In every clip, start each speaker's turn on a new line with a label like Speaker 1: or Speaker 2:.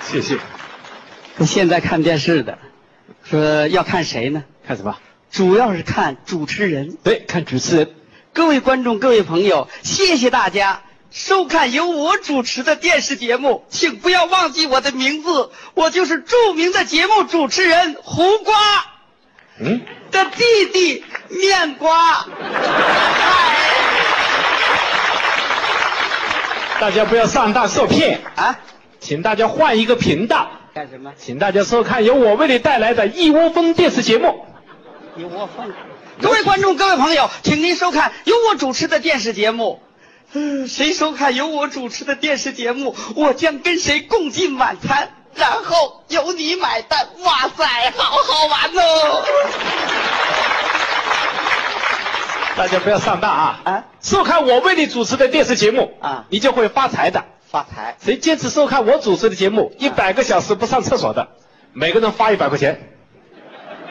Speaker 1: 谢谢。
Speaker 2: 现在看电视的，说要看谁呢？
Speaker 1: 看什么？
Speaker 2: 主要是看主持人。
Speaker 1: 对，看主持人。
Speaker 2: 各位观众，各位朋友，谢谢大家收看由我主持的电视节目，请不要忘记我的名字，我就是著名的节目主持人胡瓜
Speaker 1: 嗯，
Speaker 2: 的弟弟面瓜。
Speaker 1: 大家不要上当受骗，
Speaker 2: 啊？
Speaker 1: 请大家换一个频道，
Speaker 2: 干什么？
Speaker 1: 请大家收看由我为你带来的一窝蜂电视节目。
Speaker 2: 你我疯！各位观众，各位朋友，请您收看由我主持的电视节目。嗯，谁收看由我主持的电视节目，我将跟谁共进晚餐，然后由你买单。哇塞，好好玩哦！
Speaker 1: 大家不要上当啊！
Speaker 2: 啊
Speaker 1: 收看我为你主持的电视节目
Speaker 2: 啊
Speaker 1: 你就会发财的。
Speaker 2: 发财，
Speaker 1: 谁坚持收看我主持的节目，一百个小时不上厕所的，每个人发一百块钱。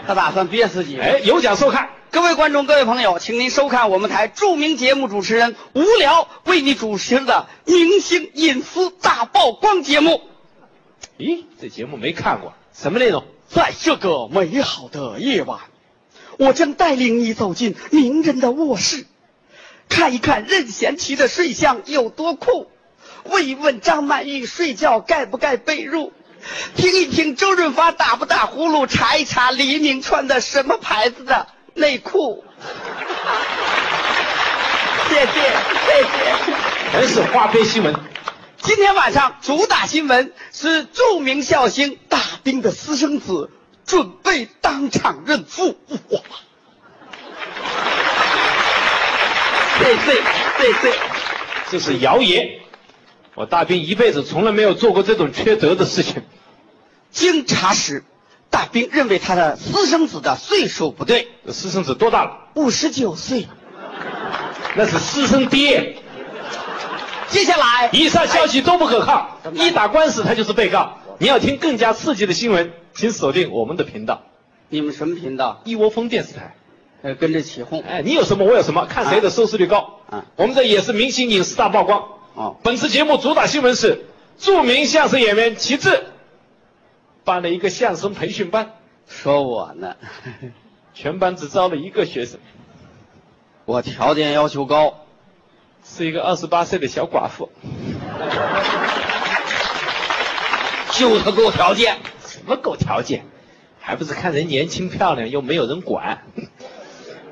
Speaker 2: 他打算憋死你。
Speaker 1: 哎，有奖收看。
Speaker 2: 各位观众，各位朋友，请您收看我们台著名节目主持人无聊为你主持的《明星隐私大曝光》节目。
Speaker 1: 咦，这节目没看过，什么内容？
Speaker 2: 在这个美好的夜晚，我将带领你走进名人的卧室，看一看任贤齐的睡相有多酷，问一问张曼玉睡觉盖不盖被褥，听一听周润发打不打呼噜，查一查黎明穿的什么牌子的内裤。谢谢，谢谢。
Speaker 1: 全是花边新闻。
Speaker 2: 今天晚上主打新闻是著名笑星大兵的私生子准备当场认父。哇！对对对对，
Speaker 1: 这是谣言。我大兵一辈子从来没有做过这种缺德的事情。
Speaker 2: 经查实，大兵认为他的私生子的岁数不对，
Speaker 1: 私生子多大了？
Speaker 2: 五十九岁。
Speaker 1: 那是私生爹。
Speaker 2: 接下来，
Speaker 1: 以上消息都不可靠，
Speaker 2: 怎么
Speaker 1: 一打官司他就是被告。你要听更加刺激的新闻，请锁定我们的频道
Speaker 2: 你们什么频道？
Speaker 1: ——一窝蜂电视台。
Speaker 2: 呃，跟着起哄。
Speaker 1: 哎，你有什么，我有什么，看谁的收视率高。
Speaker 2: 啊
Speaker 1: 我们这也是明星影视大曝光。
Speaker 2: 哦
Speaker 1: 本次节目主打新闻是：著名相声演员齐志办了一个相声培训班，
Speaker 2: 说我呢，
Speaker 1: 全班只招了一个学生。
Speaker 2: 我条件要求高，
Speaker 1: 是一个二十八岁的小寡妇，
Speaker 2: 就他够条件。
Speaker 1: 什么狗条件，还不是看人年轻漂亮又没有人管，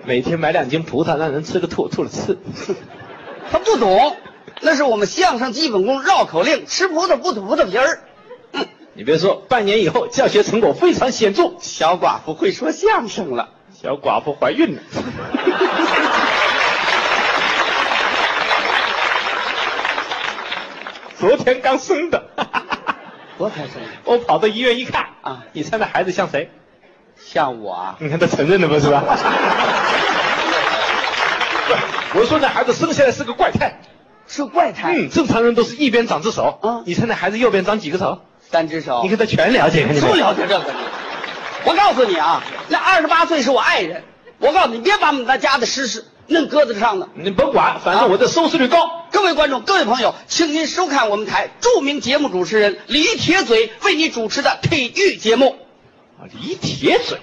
Speaker 1: 每天买两斤葡萄让人吃了吐，吐了吃。
Speaker 2: 他不懂，那是我们相声基本功绕口令，吃葡萄不吐葡萄皮儿。哼
Speaker 1: 你别说，半年以后教学成果非常显著，
Speaker 2: 小寡妇会说相声了。
Speaker 1: 小寡妇怀孕了。 昨天刚生的，
Speaker 2: 多开心！
Speaker 1: 我跑到医院一看，
Speaker 2: 啊
Speaker 1: 你猜那孩子像谁？
Speaker 2: 像我啊，
Speaker 1: 你看他承认了吧，是吧？ 不是我说那孩子生下来是个怪胎，
Speaker 2: 是怪胎，
Speaker 1: 嗯，正常人都是一边长只手，
Speaker 2: 嗯
Speaker 1: 你猜那孩子右边长几个头？
Speaker 2: 单只手。
Speaker 1: 你看他全哦了解，看见没
Speaker 2: 不了解这个你。我告诉你啊，那二十八岁是我爱人。我告诉你，别把我们咱家的诗诗弄鸽子上了。
Speaker 1: 你甭管，反正我的收视率高。
Speaker 2: 各位观众，各位朋友，请您收看我们台著名节目主持人李铁嘴为你主持的体育节目。
Speaker 1: 啊李铁嘴，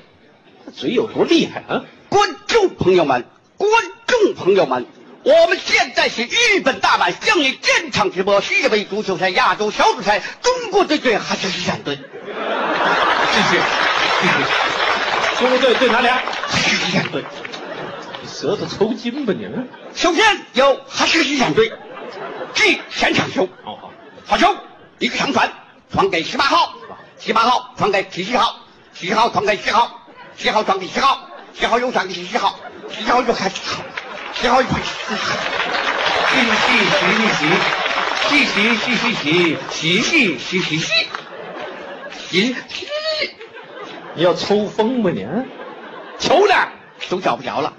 Speaker 1: 他嘴有多厉害啊？
Speaker 2: 观众朋友们，观众朋友们，我们现在是日本大阪向你现场直播世界杯足球赛亚洲小组赛中国队对哈萨克斯坦队，
Speaker 1: 谢谢，谢谢。中国队对哪俩？
Speaker 2: 哈萨克斯坦队。
Speaker 1: 你舌头抽筋吧你？啊
Speaker 2: 首先由哈萨克斯坦队击前场球，
Speaker 1: 哦好，
Speaker 2: 好球，一个长传传给十八号，十八号传给十七号，十七号传给十号，十号传给十号，十号又传给十七号，十号又开始，十号又传给十号。
Speaker 3: 细细习习习习习习习习习习，
Speaker 2: 咦，
Speaker 1: 你要抽风吧你？啊
Speaker 2: 球呢都找不着了。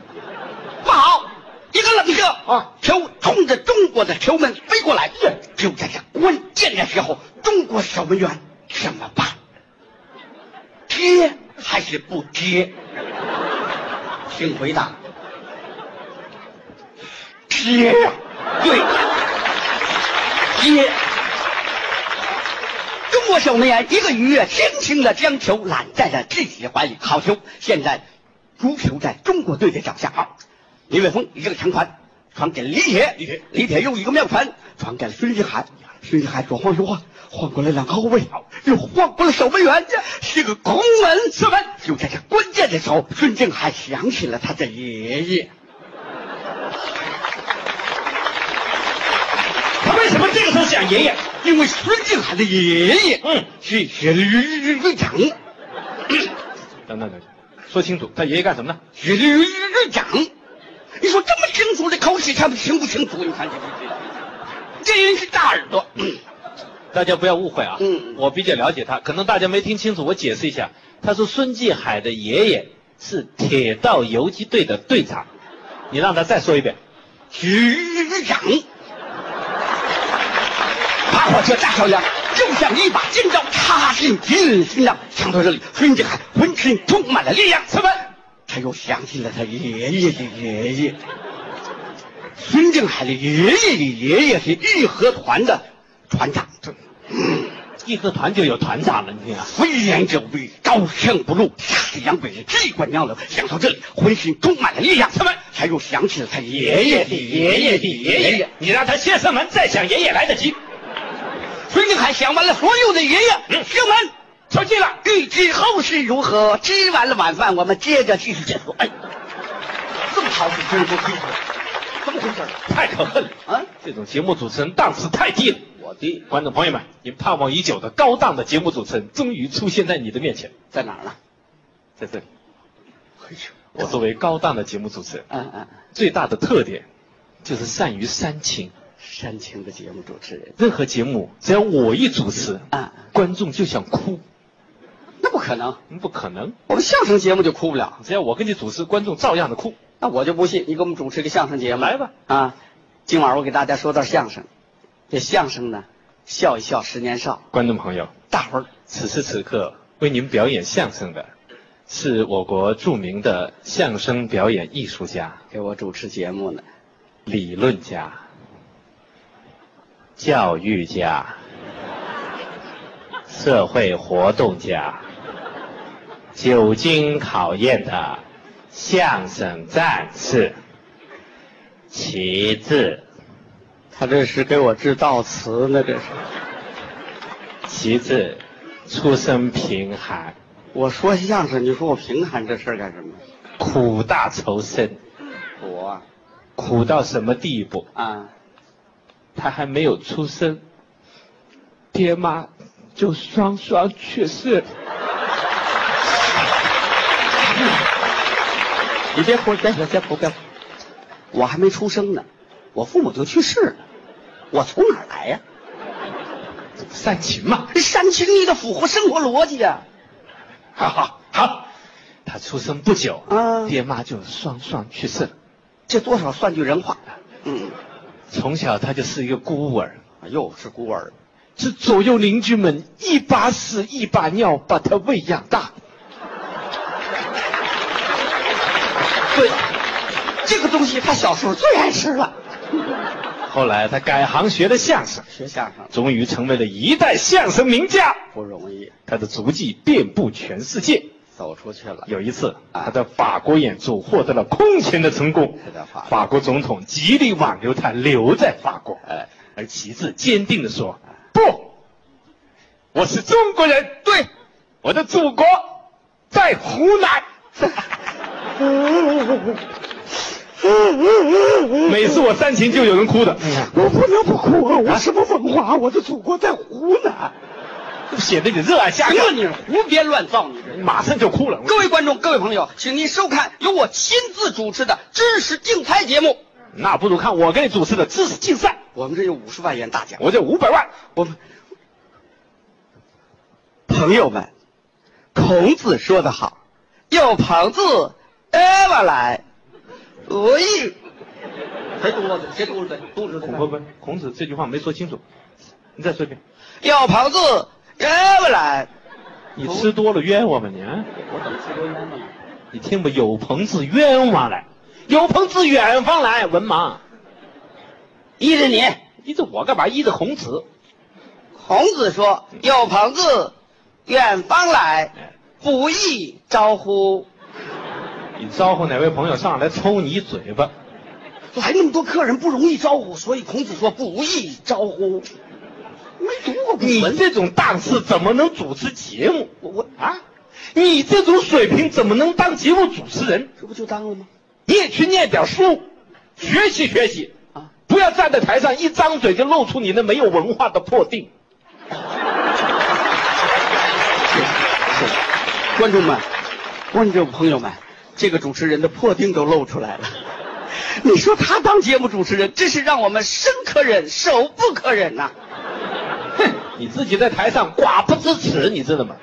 Speaker 2: 不好，一个冷射
Speaker 1: 啊
Speaker 2: 球冲着中国的球门飞过来。就在这关键的时候，中国守门员怎么办？接还是不接？请回答。接呀，对，接。中过守门员一个鱼跃，轻轻的将球揽在了自己的怀里，好球！现在足球在中国队的脚下啊！李玮峰一个长传传给了李铁，李铁李铁又一个妙传传给了孙一涵，孙一涵左晃右晃，晃过来两个后卫，又晃过了守门员，这是个空门射门。就在这关键的时候，孙静海想起了他的爷爷。
Speaker 1: 他为什么这个时候想爷爷？
Speaker 2: 因为孙静海的爷爷，
Speaker 1: 嗯，
Speaker 2: 是是旅旅长，
Speaker 1: 等等等等，说清楚，他爷爷干什么呢？
Speaker 2: 是旅旅长。你说这么清楚的口齿，他们清不清楚？你看这这这人是大耳朵。
Speaker 1: 大家不要误会啊，
Speaker 2: 嗯
Speaker 1: 我比较了解他，可能大家没听清楚，我解释一下，他是孙继海的爷爷，是铁道游击队的队长，你让他再说一遍，
Speaker 2: 局长，大火车炸桥梁就像一把尖刀插进敌人的心脏。想到这里，孙景海浑身充满了力量。什么？他又想起了他爷爷的爷爷。孙景海的爷爷的爷爷是义和团的团长，
Speaker 1: 义和团就有团长了，你听啊，
Speaker 2: 飞檐走壁，刀枪不入，杀死洋鬼子，机关尿流。想到这里，浑身充满了力量。什么？他又想起了他爷爷的爷爷的爷爷。
Speaker 1: 你让他先上完再想爷爷来得及。
Speaker 2: 孙定海想完了所有的爷爷，
Speaker 1: 嗯
Speaker 2: 听完球进了。预知后事如何，吃完了晚饭，我们接着继续解说。哎，这么好，你真不佩服，怎么回事？
Speaker 1: 太可恨了！
Speaker 2: 啊
Speaker 1: 这种节目主持人档次太低了。我的观众朋友们，你们盼望已久的高档的节目主持人终于出现在你的面前，
Speaker 2: 在哪儿呢？
Speaker 1: 在这里，
Speaker 2: 哎呦，
Speaker 1: 我作为高档的节目主持人，
Speaker 2: 嗯嗯，
Speaker 1: 最大的特点就是善于煽情。
Speaker 2: 煽情的节目主持人，
Speaker 1: 任何节目只要我一主持，
Speaker 2: 啊
Speaker 1: 观众就想哭，
Speaker 2: 那不可能，
Speaker 1: 嗯不可能。
Speaker 2: 我们相声节目就哭不了。
Speaker 1: 只要我跟你主持，观众照样的哭。
Speaker 2: 那我就不信，你给我们主持个相声节目
Speaker 1: 来吧。
Speaker 2: 啊，今晚我给大家说段相声，这相声呢，笑一笑十年少，
Speaker 1: 观众朋友，
Speaker 2: 大伙儿
Speaker 1: 此时此刻为您表演相声的，是我国著名的相声表演艺术家。
Speaker 2: 给我主持节目呢。
Speaker 1: 理论家、教育家、社会活动家，久经考验的相声战士，旗帜，
Speaker 2: 他这是给我制造词呢，这是。
Speaker 1: 旗帜，出身贫寒，
Speaker 2: 我说相声，你说我贫寒这事儿干什么？
Speaker 1: 苦大仇深，
Speaker 2: 我啊
Speaker 1: 苦到什么地步？
Speaker 2: 啊，
Speaker 1: 他还没有出生，爹妈就双双去世。
Speaker 2: 你别哭，别别别哭，别哭。我还没出生呢，我父母就去世了，我从哪儿来呀、
Speaker 1: 煽情嘛。
Speaker 2: 煽情，你得符合生活逻辑呀、
Speaker 1: 好好好，他出生不久，
Speaker 2: 嗯
Speaker 1: 爹妈就双双去世了。
Speaker 2: 这多少算句人话。嗯，
Speaker 1: 从小他就是一个孤儿，
Speaker 2: 又是孤儿，
Speaker 1: 是左右邻居们一把屎一把尿把他喂养大。
Speaker 2: 对，这个东西他小时候最爱吃了。
Speaker 1: 后来他改行学了相声，
Speaker 2: 学相声
Speaker 1: 终于成为了一代相声名家。
Speaker 2: 不容易，
Speaker 1: 他的足迹遍布全世界。
Speaker 2: 走出去了。
Speaker 1: 有一次，他在法国演出获得了空前的成功
Speaker 2: 是的法，国
Speaker 1: 法国总统极力挽留他留在法国。
Speaker 2: 哎，
Speaker 1: 而旗帜坚定地说：“不，我是中国人，对，我的祖国在湖南。
Speaker 2: 我
Speaker 1: 每次我煽情就有人哭的，
Speaker 2: 不能不哭啊！我什么文化？我的祖国在湖南。
Speaker 1: 显得你热爱下
Speaker 2: 行了，
Speaker 1: 课，
Speaker 2: 你是胡编乱造，你这。
Speaker 1: 马上就哭了。
Speaker 2: 各位观众，各位朋友，请您收看由我亲自主持的知识竞猜节目。
Speaker 1: 那不如看我给你主持的知识竞赛，
Speaker 2: 我们这有五十万元大奖，
Speaker 1: 我这五百万。
Speaker 2: 我们朋友们，孔子说得好，有朋自哎我来，我亦。谁读了？谁读了？读了
Speaker 1: 孔不不，孔子这句话没说清楚，你再说一遍。
Speaker 2: 有朋自哎我来，
Speaker 1: 你吃多了冤枉吧你啊！
Speaker 2: 我怎么吃多烟了？
Speaker 1: 你听吧，有朋自冤枉来，有朋自远方来，文盲。
Speaker 2: 依着你，
Speaker 1: 依着我干嘛？依着孔子。
Speaker 2: 孔子说：“有朋自远方来，不亦招乎
Speaker 1: 你招呼哪位朋友上来抽你一嘴巴？”
Speaker 2: 来那么多客人不容易招呼，所以孔子说：“不亦招乎？”没读过古
Speaker 1: 你
Speaker 2: 文，
Speaker 1: 这种档次怎么能主持节目
Speaker 2: 我我
Speaker 1: 啊？你这种水平怎么能当节目主持人？
Speaker 2: 这不就当了吗？
Speaker 1: 你也去念点书，学习学习
Speaker 2: 啊，
Speaker 1: 不要站在台上一张嘴就露出你那没有文化的破腚。
Speaker 2: 观众们，观众朋友们，这个主持人的破腚都露出来了。你说他当节目主持人，真是让我们深可忍，手不可忍呐、
Speaker 1: 哼，你自己在台上寡不知耻，你知道吗？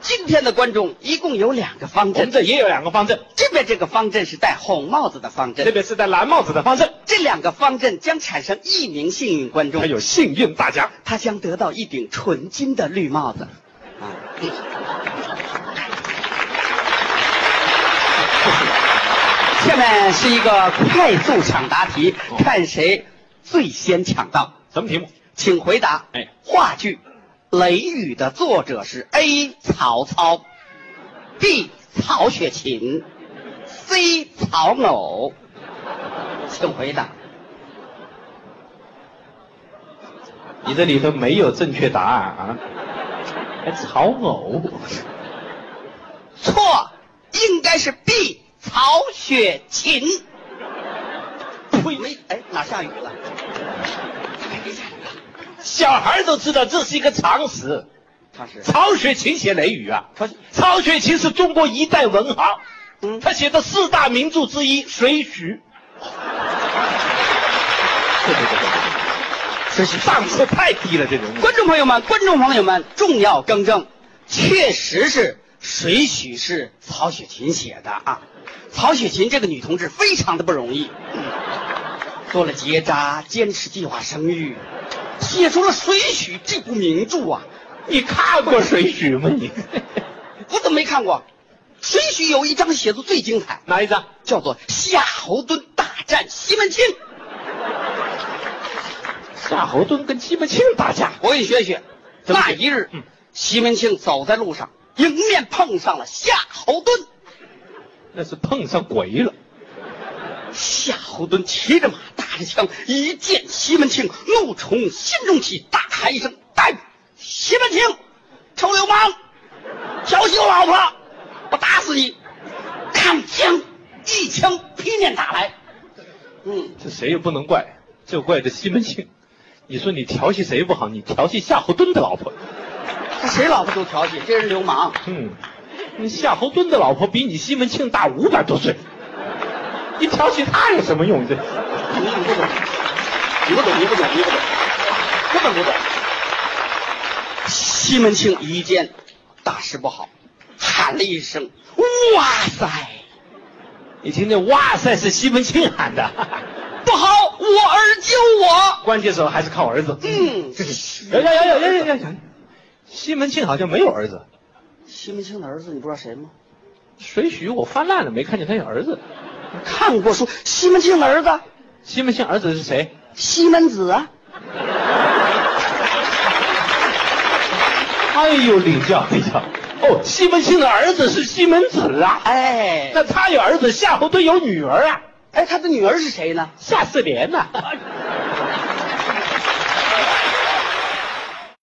Speaker 2: 今天的观众一共有两个方
Speaker 1: 我们
Speaker 2: 阵，
Speaker 1: 这也有两个方阵，
Speaker 2: 这边这个方阵是戴红帽子的方
Speaker 1: 这
Speaker 2: 阵，
Speaker 1: 边是戴蓝帽子的方阵，
Speaker 2: 这两个方阵将产生一名幸运观众
Speaker 1: 还，有幸运大奖。
Speaker 2: 他将得到一顶纯金的绿帽子。啊， 下面是一个快速抢答题，看谁最先抢到，
Speaker 1: 什么题目？
Speaker 2: 请回答。
Speaker 1: 哎，
Speaker 2: 话剧《雷雨》的作者是 A. 曹操，B. 曹雪芹，C. 曹偶，请回答。
Speaker 1: 你这里头没有正确答案啊？还曹哎偶？
Speaker 2: 错，应该是 B. 曹雪芹。
Speaker 1: 呸！
Speaker 2: 没，哎，哪下雨了？
Speaker 1: 小孩都知道这是一个常识。
Speaker 2: 常识，
Speaker 1: 曹雪芹写《雷雨》啊，
Speaker 2: 曹雪
Speaker 1: 曹雪芹是中国一代文豪，
Speaker 2: 嗯
Speaker 1: 他写的四大名著之一《水浒》，
Speaker 2: 对对对对。
Speaker 1: 这是档次太低了，这人物。
Speaker 2: 观众朋友们，观众朋友们，重要更正，确实是《水浒》是曹雪芹写的啊。曹雪芹这个女同志非常的不容易，嗯做了结扎，坚持计划生育，写出了《水浒》这部名著啊。
Speaker 1: 你看过《水浒》吗？ 你
Speaker 2: 我怎么没看过？《水浒》有一章写的最精彩，
Speaker 1: 哪一张？
Speaker 2: 叫做夏侯惇大战西门庆。
Speaker 1: 夏侯惇跟西门庆打架，
Speaker 2: 我给你学一学。
Speaker 1: 怎么
Speaker 2: 那
Speaker 1: 学
Speaker 2: 一日，
Speaker 1: 嗯
Speaker 2: 西门庆走在路上，迎面碰上了夏侯惇。
Speaker 1: 那是碰上鬼了。
Speaker 2: 夏侯惇骑着马，搭着枪，一见西门庆，怒从心中起，大喊一声：“逮捕！西门庆，臭流氓，调戏我老婆，我打死你！”看枪，一枪劈面打来。嗯，
Speaker 1: 这谁也不能怪，就怪这西门庆。你说你调戏谁不好？你调戏夏侯惇的老婆。
Speaker 2: 他谁老婆都调戏，这人流氓。
Speaker 1: 嗯，你夏侯惇的老婆比你西门庆大五百多岁，你调戏她有什么用？这
Speaker 2: 你你不懂，你不懂，你不懂，你不懂，根本不懂。西门庆一见大事不好，喊了一声：“哇塞，
Speaker 1: 你听听，哇塞，是西门庆喊的，
Speaker 2: 不好！我儿救我
Speaker 1: 关键时候还是靠儿子！”。
Speaker 2: 嗯，
Speaker 1: 有有有有有有有有，西门庆好像没有儿子，
Speaker 2: 西门庆的儿子你不知道谁吗？
Speaker 1: 《水浒》我翻烂了，没看见他有儿子。
Speaker 2: 看过书，西门庆的儿子
Speaker 1: 西门庆儿子是谁？
Speaker 2: 西门子啊。
Speaker 1: 哎呦，领教领教。哦，西门庆的儿子是西门子啊。
Speaker 2: 哎，
Speaker 1: 那他有儿子夏侯惇有女儿啊，
Speaker 2: 哎，他的女儿是谁呢？
Speaker 1: 夏四莲呐、